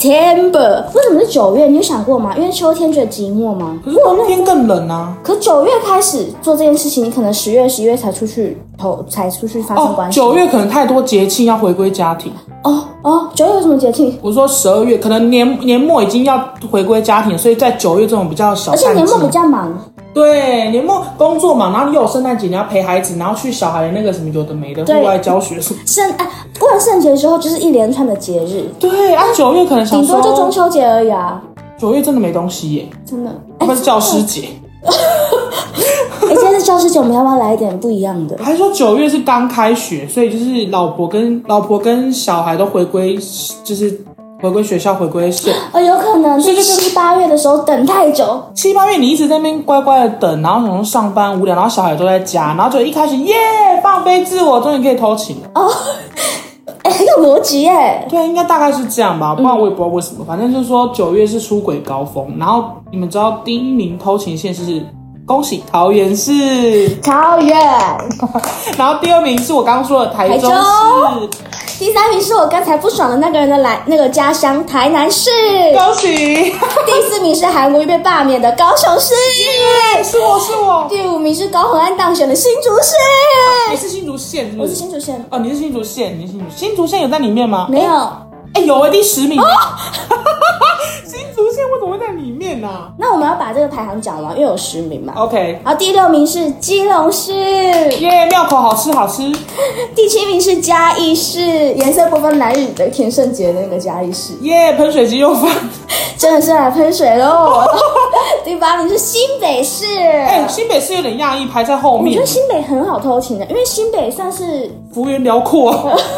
Speaker 3: September，为什么是九月？你有想过吗？因为秋天觉得寂寞吗？
Speaker 4: 可是冬天更冷啊。
Speaker 3: 可九月开始做这件事情，你可能十月、十一月才出去投，才出去发生
Speaker 4: 哦，
Speaker 3: 关系。
Speaker 4: 九月可能太多节庆要回归家庭。
Speaker 3: 哦哦，九月有什么节庆？
Speaker 4: 我说十二月可能年年末已经要回归家庭，所以在九月这种比较小
Speaker 3: 而且
Speaker 4: 淡季，
Speaker 3: 年末比较忙，
Speaker 4: 对年末工作嘛，然后又有圣诞节你要陪孩子，然后去小孩的那个什么有的没的
Speaker 3: 对
Speaker 4: 户外教学什么。
Speaker 3: 圣哎，万圣节之后就是一连串的节日，
Speaker 4: 对啊，九月可能想
Speaker 3: 顶
Speaker 4: 说
Speaker 3: 多就中秋节而已啊，
Speaker 4: 九月真的没东西耶，
Speaker 3: 真的。
Speaker 4: 会不会是教师节？
Speaker 3: 哎，今天是教师节，我们要不要来一点不一样的？
Speaker 4: 还说九月是刚开学，所以就是老婆跟老婆跟小孩都回归，就是回归学校回归社。
Speaker 3: 哦，有可能
Speaker 4: 所以
Speaker 3: 是
Speaker 4: 就是
Speaker 3: 七八月的时候等太久，
Speaker 4: 七八月你一直在那边乖乖的等，然后想说上班无聊，然后小孩都在家，然后就一开始耶放飞自我，终于可以偷情了。
Speaker 3: 哎、很有逻辑哎。
Speaker 4: 对，应该大概是这样吧，不然我也不知道为什么。反正就是说九月是出轨高峰，然后你们知道第一名偷情线是恭喜桃园市，
Speaker 3: 桃园，
Speaker 4: 然后第二名是我刚刚说的台中市，
Speaker 3: 台第三名是我刚才不爽的那个人的来那个家乡台南市，
Speaker 4: 恭喜
Speaker 3: 第四名是韩国瑜被罢免的高雄市，
Speaker 4: 是我是我，
Speaker 3: 第五名是高虹安当选的新竹市。
Speaker 4: 你是新竹县是
Speaker 3: 我
Speaker 4: 不
Speaker 3: 是
Speaker 4: 是？
Speaker 3: 新竹县，
Speaker 4: 哦，你是新竹县，你是新竹新竹县有在里面吗？
Speaker 3: 没有，
Speaker 4: 哎、有哎、第十名。 新竹县为什么会在里面呢、啊
Speaker 3: 那我们要把这个排行讲完，因为有十名嘛。
Speaker 4: OK，
Speaker 3: 然后第六名是基隆市，
Speaker 4: 耶、庙口好吃好吃，
Speaker 3: 第七名是嘉义市，颜色不分蓝绿的田圣杰那个嘉义市，
Speaker 4: 耶、喷水鸡肉 饭。
Speaker 3: 啊真的是来喷水 喽。第八名是新北市，
Speaker 4: 哎、新北市有点讶异，排在后
Speaker 3: 我觉
Speaker 4: 面
Speaker 3: 得，新北很好偷情的，啊因为新北算是
Speaker 4: 幅员辽阔，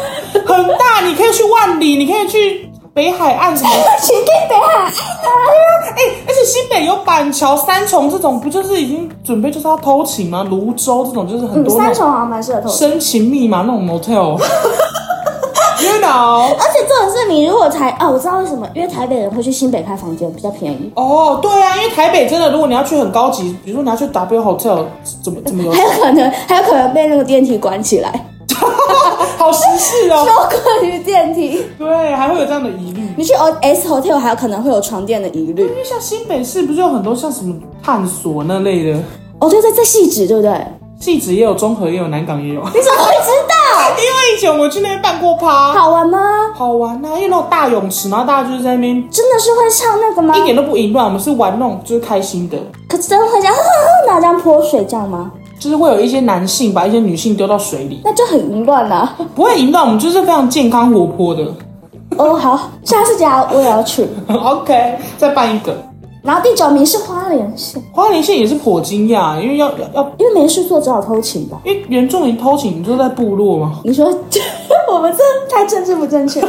Speaker 4: 很大，你可以去万里，你可以去北海岸什么。
Speaker 3: 新北海
Speaker 4: 哎、而且新北有板桥、三重这种，不就是已经准备就是要偷情吗？泸州这种就是很
Speaker 3: 嗯，
Speaker 4: 多那
Speaker 3: 三
Speaker 4: 种
Speaker 3: 重好像蛮适合偷情。
Speaker 4: 深情密码那种 motel。You know？
Speaker 3: 而且这种事，你如果才哦，我知道为什么，因为台北人会去新北开房间比较便宜，
Speaker 4: 哦，对啊，因为台北真的，如果你要去很高级，比如说你要去 W Hotel，怎么怎么有
Speaker 3: 还有可能还有可能被那个电梯关起来，
Speaker 4: 好时事哦。
Speaker 3: 受困于电梯。
Speaker 4: 对，还会有这样的疑虑。
Speaker 3: 你去 O S hotel 还有可能会有床垫的疑虑
Speaker 4: 因。为像新北市不是有很多像什么探索那类的，
Speaker 3: 哦，对对，这细致对不对？
Speaker 4: 戏子也有，中和也有，南港也有。因
Speaker 3: 你怎么会知道？
Speaker 4: 为以前我去那边办过趴，
Speaker 3: 好玩吗？
Speaker 4: 好玩啊，因为那种大泳池，然后大家就是在那边。
Speaker 3: 真的是会唱那个吗
Speaker 4: 一？点都不淫乱，我们是玩那种就是开心的，
Speaker 3: 可是真的会这样，呵呵然后这样泼水这样吗？
Speaker 4: 就是会有一些男性把一些女性丢到水里，
Speaker 3: 那就很淫乱啊。
Speaker 4: 不会淫乱，我们就是非常健康活泼的。
Speaker 3: 哦，好，下次家我也要去。
Speaker 4: OK，再办一个。
Speaker 3: 然后第九名是花莲县，
Speaker 4: 花莲县也是颇惊讶，因为要要要，
Speaker 3: 因为没事做只好偷情吧。
Speaker 4: 因为原住民偷情，你就在部落嘛。
Speaker 3: 你说 我们这太政治不正确，说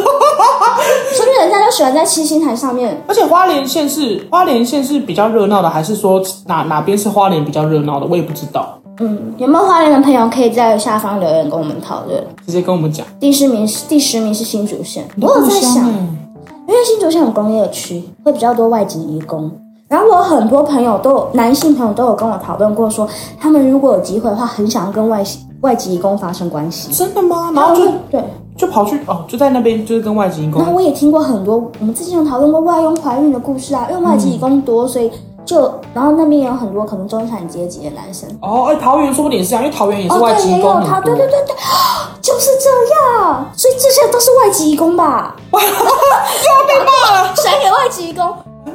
Speaker 3: 不定人家就喜欢在七星台上面。
Speaker 4: 而且花莲县是花莲县是比较热闹的，还是说哪哪边是花莲比较热闹的？我也不知道，
Speaker 3: 嗯，有没有花莲的朋友可以在下方留言跟我们讨论。
Speaker 4: 直接跟我们讲。
Speaker 3: 第十名是第十名是新竹县，我有在
Speaker 4: 欸
Speaker 3: 想，因为新竹县有工业区，会比较多外籍移工。然后我很多朋友都有男性朋友都有跟我讨论过说，他们如果有机会的话，很想要跟外籍外籍移工发生关系。
Speaker 4: 真的吗？然后就
Speaker 3: 对，
Speaker 4: 就跑去哦，就在那边就是跟外籍移
Speaker 3: 然后
Speaker 4: 工，
Speaker 3: 我也听过很多，我们之前有讨论过外佣怀孕的故事啊，因为外籍移工多，所以就然后那边也有很多可能中产阶级的男生。
Speaker 4: 哦，哎，桃园说不定也是这样，因为桃园也是
Speaker 3: 哦，
Speaker 4: 外
Speaker 3: 对，
Speaker 4: 籍
Speaker 3: 也
Speaker 4: 移
Speaker 3: 有
Speaker 4: 工
Speaker 3: 他，
Speaker 4: 很
Speaker 3: 对
Speaker 4: 多
Speaker 3: 对。对对，就是这样，所以这些都是外籍移工吧？
Speaker 4: 哇，又要被骂了。
Speaker 3: 谁给外籍移工？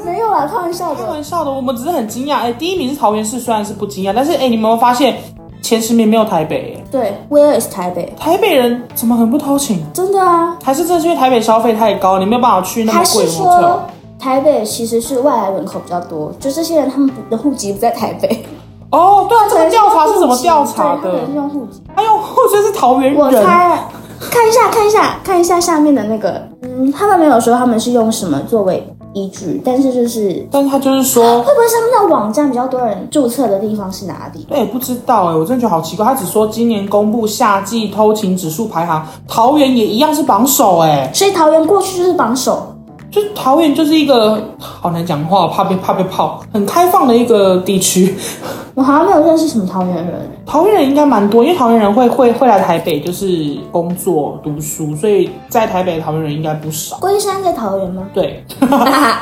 Speaker 3: 没有啦，开玩笑
Speaker 4: 开
Speaker 3: 的。
Speaker 4: 玩笑的，我们只是很惊讶。哎，第一名是桃园市，虽然是不惊讶，但是哎，你们有没有发现前十名没有台北？哎
Speaker 3: 对，Where is 台北？
Speaker 4: 台北人怎么很不偷情？
Speaker 3: 真的啊，
Speaker 4: 还是这是因为台北消费太高，你没有办法去那么
Speaker 3: 还
Speaker 4: 贵
Speaker 3: 是
Speaker 4: 的 hotel
Speaker 3: 说？台北其实是外来人口比较多，就这些人他们的户籍不在台 北。
Speaker 4: 哦，对啊，这个调查是怎么调查
Speaker 3: 对他
Speaker 4: 的
Speaker 3: 们是？用户籍。
Speaker 4: 哎呦，我觉得是桃园人。
Speaker 3: 我猜，看一下，看一下，看一下下面的那个，嗯，他们没有说他们是用什么作为依据，但是就是
Speaker 4: 但是他就是说，
Speaker 3: 会不会是他们的网站比较多人注册的地方是哪里？
Speaker 4: 哎、不知道哎、我真的觉得好奇怪。他只说今年公布夏季偷情指数排行，桃园也一样是榜首哎、
Speaker 3: 所以桃园过去就是榜首，
Speaker 4: 就桃园就是一个好难讲话，怕被怕被泡，很开放的一个地区。
Speaker 3: 我好像没有认识什么桃园人。
Speaker 4: 桃园人应该蛮多，因为桃园人会会会来台北就是工作读书，所以在台北的桃园人应该不少。
Speaker 3: 龟山在桃园吗？
Speaker 4: 对，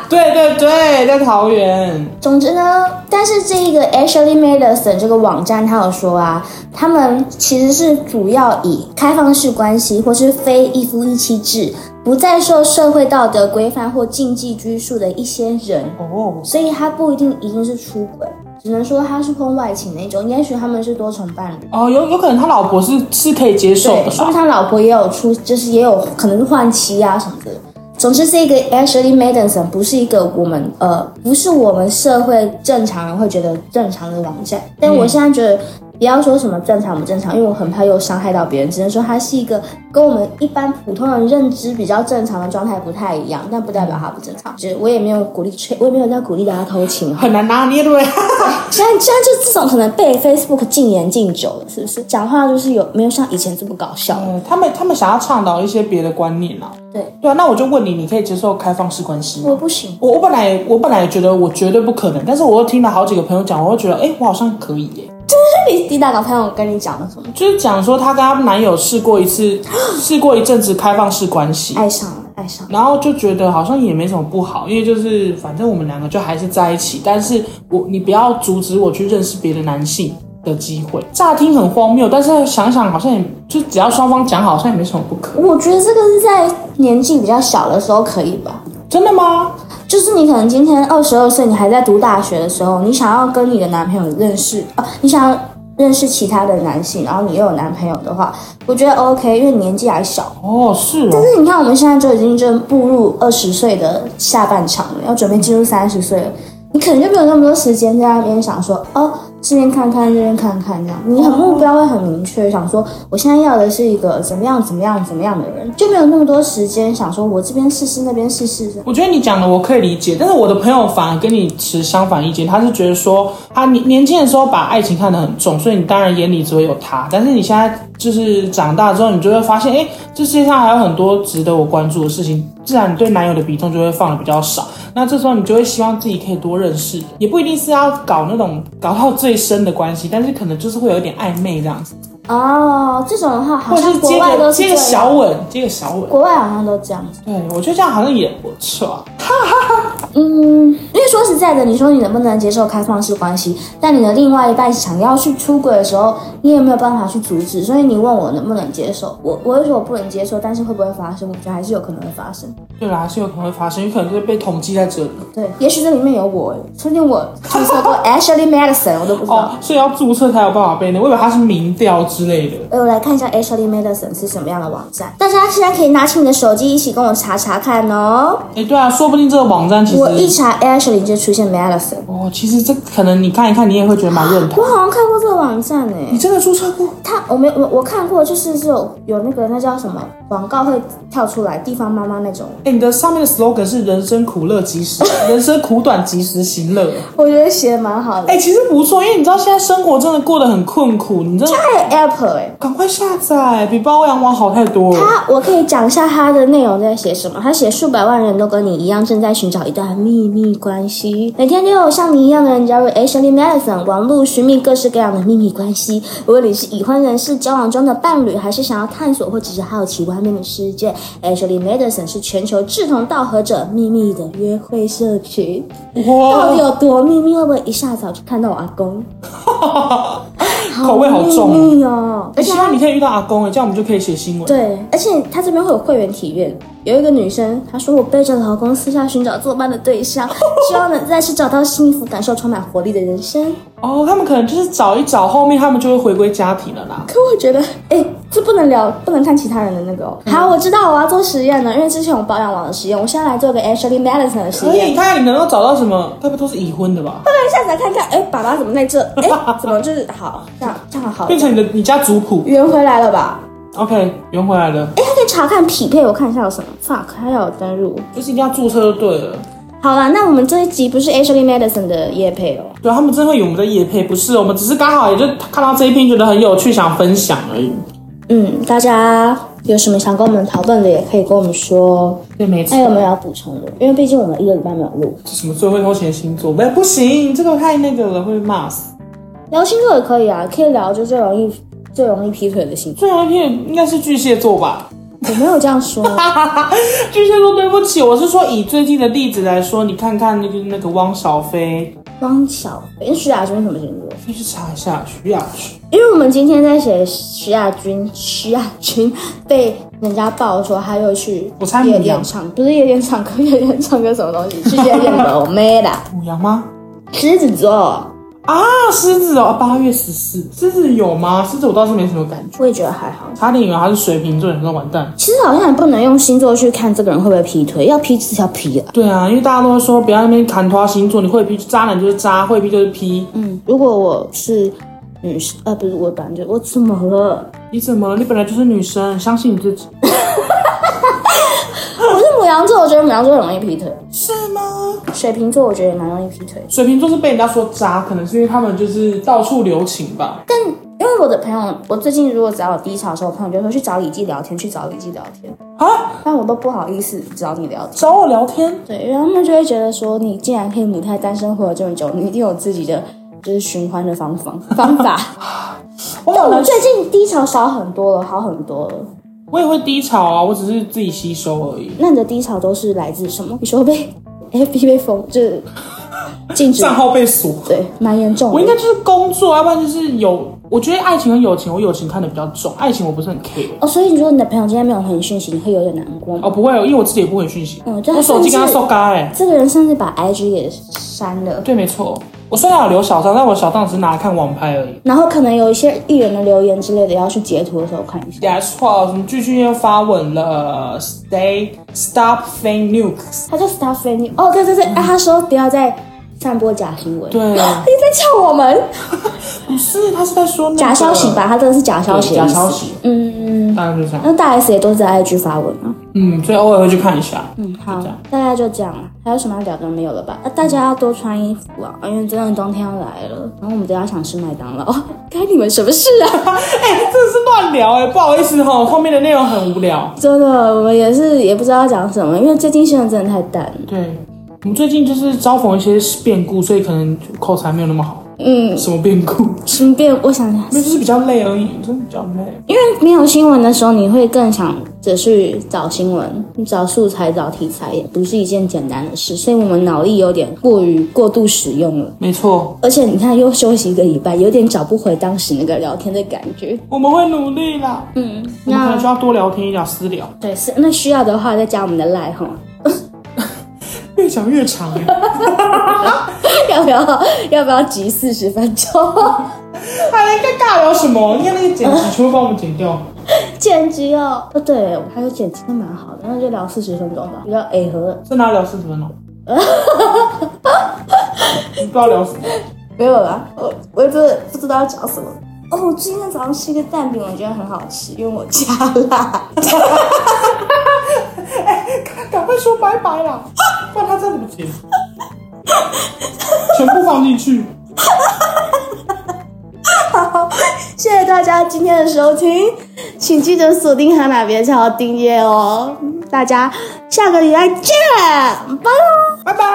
Speaker 4: 对对对，在桃园。
Speaker 3: 总之呢，但是这个 Ashley Madison 这个网站，它有说啊，他们其实是主要以开放式关系或是非一夫一妻制，不再受社会道德规范或禁忌拘束的一些人，
Speaker 4: 哦，
Speaker 3: 所以他不一定一定是出轨，只能说他是婚外情那种，也许他们是多重伴侣。
Speaker 4: 哦，有有可能他老婆是是可以接受
Speaker 3: 对，
Speaker 4: 的
Speaker 3: 说
Speaker 4: 吧
Speaker 3: 不定？他老婆也有出，就是也有可能是换妻啊什么的。总之，这个 Ashley Madison 不是一个我们呃，不是我们社会正常人会觉得正常的网站。但我现在觉得，不要说什么正常不正常，因为我很怕又伤害到别人，只能说它是一个跟我们一般普通人认知比较正常的状态不太一样，但不代表它不正常。就是我也没有鼓励吹，我也没有在鼓励大家偷情哈。
Speaker 4: 很难拿捏，对不对？
Speaker 3: 现在现在就这种可能被 Facebook 禁言禁久了，是不是？讲话就是有没有像以前这么搞笑了？
Speaker 4: 呃，他们他们想要倡导一些别的观念啦。
Speaker 3: 对。
Speaker 4: 对啊，那我就问你，你可以接受开放式关系
Speaker 3: 我
Speaker 4: 吗？
Speaker 3: 不行。
Speaker 4: 我我本来我本来觉得我绝对不可能，但是我又听了好几个朋友讲，我又觉得，哎，我好像可以耶。
Speaker 3: 你你打个朋友跟你讲了什么？
Speaker 4: 就是讲说她跟她男友试过一 次，试过一阵子开放式关系，
Speaker 3: 爱上了，爱上了。
Speaker 4: 然后就觉得好像也没什么不好，因为就是反正我们两个就还是在一起，但是我你不要阻止我去认识别的男性的机会。乍听很荒谬，但是想想好像也就只要双方讲好，好像也没什么不可。
Speaker 3: 我觉得这个是在年纪比较小的时候可以吧。
Speaker 4: 真的吗？
Speaker 3: 就是你可能今天二十二岁，你还在读大学的时候，你想要跟你的男朋友认识啊，你想要认识其他的男性，然后你又有男朋友的话，我觉得 OK，因为年纪还小。
Speaker 4: 哦，是
Speaker 3: 但
Speaker 4: 哦，
Speaker 3: 是你看，我们现在就已经正步入二十岁的下半场了，要准备进入三十岁了。你可能就没有那么多时间在那边想说，哦，这边看看，那边看看这样。你
Speaker 4: 嗯
Speaker 3: 很目标会很明确，想说我现在要的是一个怎么样、怎么样、怎么样的人，就没有那么多时间想说我这边试试，那边试试。
Speaker 4: 我觉得你讲的我可以理解，但是我的朋友反而跟你持相反意见，他是觉得说他年年轻的时候把爱情看得很重，所以你当然眼里只会有他，但是你现在就是长大之后，你就会发现，哎，这世界上还有很多值得我关注的事情，自然你对男友的比重就会放的比较少。那这时候你就会希望自己可以多认识，也不一定是要搞那种搞到最深的关系，但是可能就是会有一点暧昧这样子，
Speaker 3: 哦，这种的话好
Speaker 4: 或者
Speaker 3: 像
Speaker 4: 是
Speaker 3: 国
Speaker 4: 接
Speaker 3: 外
Speaker 4: 个
Speaker 3: 都是
Speaker 4: 接
Speaker 3: 这
Speaker 4: 个
Speaker 3: 样，
Speaker 4: 小吻，接个小吻。
Speaker 3: 国外好像都这样子。啊
Speaker 4: 对，我觉得这样好像也不错。
Speaker 3: 嗯，因为说实在的，你说你能不能接受开放式关系，但你的另外一半想要去出轨的时候，你也没有办法去阻止。所以你问我能不能接受，我我会说我不能接受，但是会不会发生，我觉得还是有可能会发生。
Speaker 4: 对啦，还是有可能会发生，有可能就是被统计在这里
Speaker 3: 对，也许这里面有我，说不定我注册过 Ashley Madison，我都不知道
Speaker 4: 哦。，所以要注册才有办法被那，我以为它是民调之类的。
Speaker 3: 呃，我来看一下 Ashley Madison 是什么样的网站。大家现在可以拿起你的手机一起跟我查查看哦。
Speaker 4: 哎、对啊，说不定这个网站其实
Speaker 3: 我一查 Ashley 就出现 Madison，
Speaker 4: 哦，其实这可能你看一看，你也会觉得蛮认
Speaker 3: 我
Speaker 4: 同。
Speaker 3: 好像看过这个网站诶、
Speaker 4: 你真的注册过？
Speaker 3: 他我没我我看过，就是是有有那个那叫什么广告会跳出来，地方妈妈那种，
Speaker 4: 哎、你的上面的 slogan 是“人生苦乐 及时，人生苦短及时行乐”。
Speaker 3: 我觉得写的蛮好的。
Speaker 4: 哎、其实不错，因为你知道现在生活真的过得很困苦，你真的
Speaker 3: 它还有 App 哎、
Speaker 4: 赶快下载，比包养网好太多了。
Speaker 3: 它我可以讲一下它的内容在写什么。它写数百万人都跟你一样，正在寻找一段秘密关系。每天都有像你一样的人加入 Ashley Madison 网络寻觅各式各样的秘密关系。无论你是已婚人士、交往中的伴侣，还是想要探索或只是好奇外面的世界，Ashley Madison 是全球志同道合者秘密的约会社群。到底
Speaker 4: 哇，
Speaker 3: 有多秘密？会不会一下早就看到我阿公？
Speaker 4: 口味好重。
Speaker 3: 秘密哦！而
Speaker 4: 哎
Speaker 3: 且
Speaker 4: 希
Speaker 3: 他
Speaker 4: 望你可以遇到阿公哎，这样我们就可以写新闻。
Speaker 3: 对，而且他这边会有会员体验。有一个女生，她说我背着老公私下寻找作伴的对 象，希望能再次找到幸福，感受充满活力的人生。
Speaker 4: 哦，他们可能就是找一找，后面他们就会回归家庭了啦。
Speaker 3: 可我觉得，哎，这不能聊，不能看其他人的那个哦。好，我知道我要做实验了，因为之前有保养网的实验，我现在来做个 Ashley Madison 的实
Speaker 4: 所以
Speaker 3: 验。
Speaker 4: 你看看你能够找到什么？该不都是已婚的吧？
Speaker 3: 对，下载看看，哎，爸爸怎么在这？哎，怎么就是好，这样这样好，
Speaker 4: 变成你的你家族谱
Speaker 3: 圆回来了吧？
Speaker 4: ，OK，圆回来了，
Speaker 3: 哎，还可以查看匹配，我看一下有什么。fuck，还有登入。
Speaker 4: 就是一定要注册就对了。
Speaker 3: 好了，那我们这一集不是 Ashley Madison 的夜配哦。
Speaker 4: 对他们真的会有我们的夜配，不是我们只是刚好也就看到这一篇觉得很有趣，想分享而已。
Speaker 3: 嗯，大家有什么想跟我们讨论的，也可以跟我们说。
Speaker 4: 对，没错。
Speaker 3: 还有没有要补充的？因为毕竟我们一个礼拜没有录，
Speaker 4: 什么最会偷钱星座？不，不行，这个太那个了，会被骂死。
Speaker 3: 聊星座也可以啊，可以聊就最容易最容易劈腿的星座。
Speaker 4: 最后一篇应该是巨蟹座吧？
Speaker 3: 我没有这样说，
Speaker 4: 巨蟹座，对不起，我是说以最近的例子来说，你看看那个那个汪小菲，
Speaker 3: 汪小菲、徐亚军什么星座？
Speaker 4: 你去查一下徐雅琪。
Speaker 3: 因为我们今天在写徐亚军，徐亚军被人家爆说他又去
Speaker 4: 我猜
Speaker 3: 夜
Speaker 4: 母羊
Speaker 3: 店唱，不是夜店唱歌，夜店唱歌什么东西？去夜店揉妹 啦。
Speaker 4: 母羊吗？
Speaker 3: 狮子座，
Speaker 4: 啊，狮子哦，八月十四，狮子有吗？狮子我倒是没什么感觉，
Speaker 3: 我也觉得还好。
Speaker 4: 差点以为他是水瓶座，你说完蛋。
Speaker 3: 其实好像也不能用星座去看这个人会不会劈腿，要劈至少劈啊。
Speaker 4: 对啊，因为大家都会说不要在那边砍拖星座，你会劈渣男就是渣，会劈就是劈。
Speaker 3: 嗯，如果我是女生，呃，不是我感觉我怎么 了？
Speaker 4: 你怎么了？你本来就是女生，相信你自己。
Speaker 3: 我是母羊座，我觉得母羊座很容易劈腿。
Speaker 4: 是吗？
Speaker 3: 水瓶座我觉得也蛮容易劈腿，
Speaker 4: 水瓶座是被人家说渣，可能是因为他们就是到处留情吧。
Speaker 3: 但因为我的朋友，我最近如果只要有低潮的时候，我朋友就说去找李记聊天，去找李记聊天，
Speaker 4: 啊，
Speaker 3: 但我都不好意思找你聊天。
Speaker 4: 找我聊天，
Speaker 3: 对，然后他们就会觉得说，你既然可以母胎单身活了这么久，你一定有自己的就是循环的方 法方法。
Speaker 4: 我
Speaker 3: 但
Speaker 4: 好
Speaker 3: 我
Speaker 4: 难
Speaker 3: 们。最近低潮少很多了，好很多了。
Speaker 4: 我也会低潮啊，我只是自己吸收而已。
Speaker 3: 那你的低潮都是来自什么？你说 被 FB 被封，就是禁止，
Speaker 4: 账号被锁，
Speaker 3: 对，蛮严重
Speaker 4: 我应
Speaker 3: 的。
Speaker 4: 该就是工作，要不然就是有。我觉得爱情和友情，我友情看得比较重，爱情我不是很 care。
Speaker 3: 哦，所以你说你的朋友今天没有回你讯息，你会有点难过。
Speaker 4: 哦，不会，哦，因为我自己也不回讯息，
Speaker 3: 嗯对啊
Speaker 4: 我手机跟
Speaker 3: 甚
Speaker 4: 他
Speaker 3: 至
Speaker 4: 说嘎哎。
Speaker 3: 这个人甚至把 IG 给删了，
Speaker 4: 对，没错。我虽然有留小账，但我小账只是拿来看网拍而已。
Speaker 3: 然后可能有一些艺人的留言之类的，要去截图的时候看一下。
Speaker 4: 没错，什么巨巨又发文了，Stay 呃 Stop Fake Nukes。
Speaker 3: 他叫 Star f a n n y 哦，对对对，啊，他说不要再散播假新闻。
Speaker 4: 对
Speaker 3: 你在呛我们
Speaker 4: 不是，他是在说、那个
Speaker 3: 假消息吧？他真的是假消息，
Speaker 4: 对假消。息，
Speaker 3: 嗯，
Speaker 4: 大概就是这样。
Speaker 3: 那大 S 也都是在 IG 发文啊。
Speaker 4: 嗯，所以偶尔会去看一下。
Speaker 3: 嗯，好
Speaker 4: 就这样，
Speaker 3: 大概就这样了。还有什么要聊的没有了吧？啊，大家要多穿衣服啊，因为真的冬天要来了。然后我们等一下想吃麦当劳， 该你们什么事啊？
Speaker 4: 哎、真的是乱聊哎、不好意思哈，后面的内容很无聊。
Speaker 3: 真的，我们也是也不知道要讲什么，因为最近新闻真的太淡了。
Speaker 4: 对，我们最近就是遭逢一些变故，所以可能口才没有那么好。
Speaker 3: 嗯，
Speaker 4: 什么变故？
Speaker 3: 什么变？我想想，
Speaker 4: 那就是比较累而已，真的比较累。
Speaker 3: 因为没有新闻的时候，你会更想者去找新闻、找素材、找题材，也不是一件简单的事，所以我们脑力有点过于过度使用了。
Speaker 4: 没错，
Speaker 3: 而且你看，又休息一个礼拜，有点找不回当时那个聊天的感觉。
Speaker 4: 我们会努力啦。嗯，我们可能需要多聊天一聊私聊，
Speaker 3: 对，是那需要的话再加我们的赖吼，
Speaker 4: 越讲越长欸。
Speaker 3: 要不要要不要集四十分钟？
Speaker 4: 还能该尬聊什么？你看那个剪辑全部帮我们剪掉。
Speaker 3: 剪辑哦，哦对，我还有剪辑的蛮好的，那就聊四十分钟吧，比较 A 合。
Speaker 4: 在哪聊四十分钟？你不知道聊什么？
Speaker 3: 没有啦，我我也不是不知道要讲什么。哦，我今天早上吃一个蛋饼，我觉得很好吃，因为我加辣。
Speaker 4: 赶快说拜拜啦，不然他再怎么剪？全部放进去。
Speaker 3: 谢谢大家今天的收听，请记得锁定哈娜别桥订阅哦。大家下个礼拜见，拜喽。
Speaker 4: 拜拜。